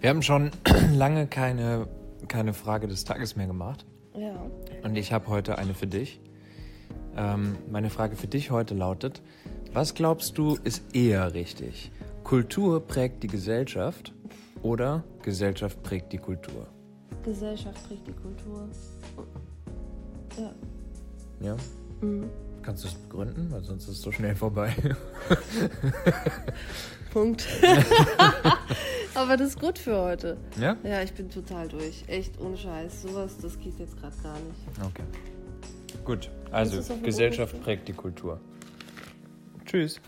Wir haben schon lange keine, keine Frage des Tages mehr gemacht. Ja. Und ich habe heute eine für dich. Ähm, meine Frage für dich heute lautet, was glaubst du ist eher richtig? Kultur prägt die Gesellschaft oder Gesellschaft prägt die Kultur? Gesellschaft prägt die Kultur. Ja. Ja? Mhm. Kannst du es begründen? Weil sonst ist es so schnell vorbei. Punkt. Aber das ist gut für heute. ja? Ja, ich bin total durch. Echt ohne Scheiß. Sowas, das geht jetzt gerade gar nicht. Okay. Gut, Das also ist auf dem Gesellschaft Boden. prägt die Kultur. Tschüss.